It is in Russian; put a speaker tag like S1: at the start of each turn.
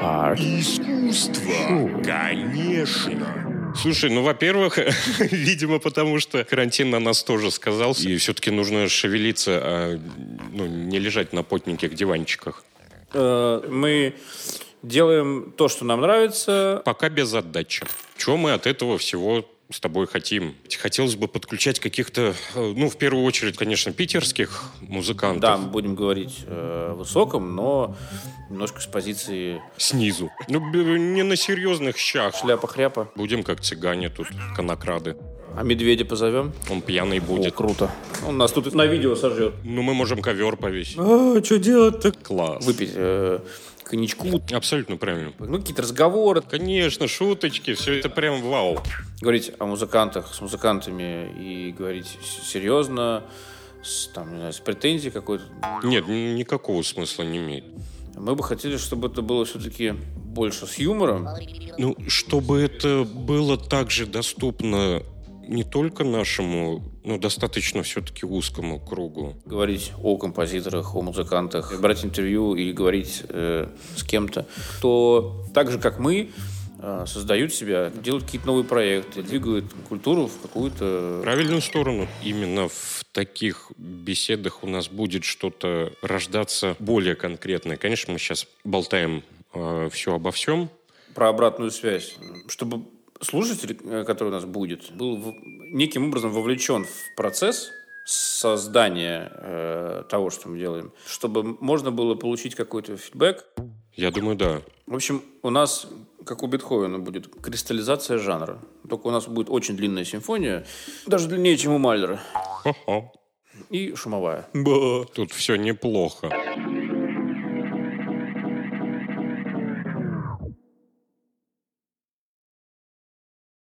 S1: А
S2: Искусство, конечно.
S3: Слушай, ну, во-первых, видимо, потому что карантин на нас тоже сказался, и все-таки нужно шевелиться, а ну, не лежать на потненьких диванчиках.
S4: Э, Мы делаем то, что нам нравится.
S3: Пока без отдачи. Чего мы от этого всего с тобой хотим? Хотелось бы подключать каких-то, э, ну, в первую очередь, конечно, питерских музыкантов
S4: Да, мы будем говорить э, о высоком, но немножко с позиции
S3: снизу. Ну, б- не на серьезных щах.
S4: шляпа-хряпа.
S3: Будем как цыгане тут, конокрады.
S4: А медведя позовем?
S3: Он пьяный
S4: О,
S3: будет.
S4: круто. Он нас тут на видео сожрет.
S3: Ну, мы можем ковер повесить.
S4: А, что делать-то?
S3: Класс.
S4: Выпить э, коньячку,
S3: Абсолютно правильно.
S4: ну, какие-то разговоры.
S3: Конечно, шуточки, все это прям вау.
S4: Говорить о музыкантах с музыкантами и говорить с- серьезно, с, там, не знаю, с претензией какой-то.
S3: Нет, н- никакого смысла не имеет.
S4: Мы бы хотели, чтобы это было все-таки больше с юмором.
S3: Ну, чтобы это было также доступно не только нашему, но достаточно все-таки узкому кругу.
S4: говорить о композиторах, о музыкантах, брать интервью или говорить э, с кем-то, кто так же, как мы, э, создают себя, делают какие-то новые проекты, двигают культуру в какую-то...
S3: правильную сторону. Именно в таких беседах у нас будет что-то рождаться более конкретное. Конечно, мы сейчас болтаем все обо всем.
S4: про обратную связь, чтобы слушатель, э, который у нас будет, был в- неким образом вовлечен в процесс создания э, того, что мы делаем, чтобы можно было получить какой-то фидбэк.
S3: Я думаю, да.
S4: В общем, у нас, как у Бетховена, будет кристаллизация жанра. Только у нас будет очень длинная симфония, даже длиннее, чем у Майлера,
S3: Ха-ха.
S4: и шумовая.
S3: Тут все неплохо.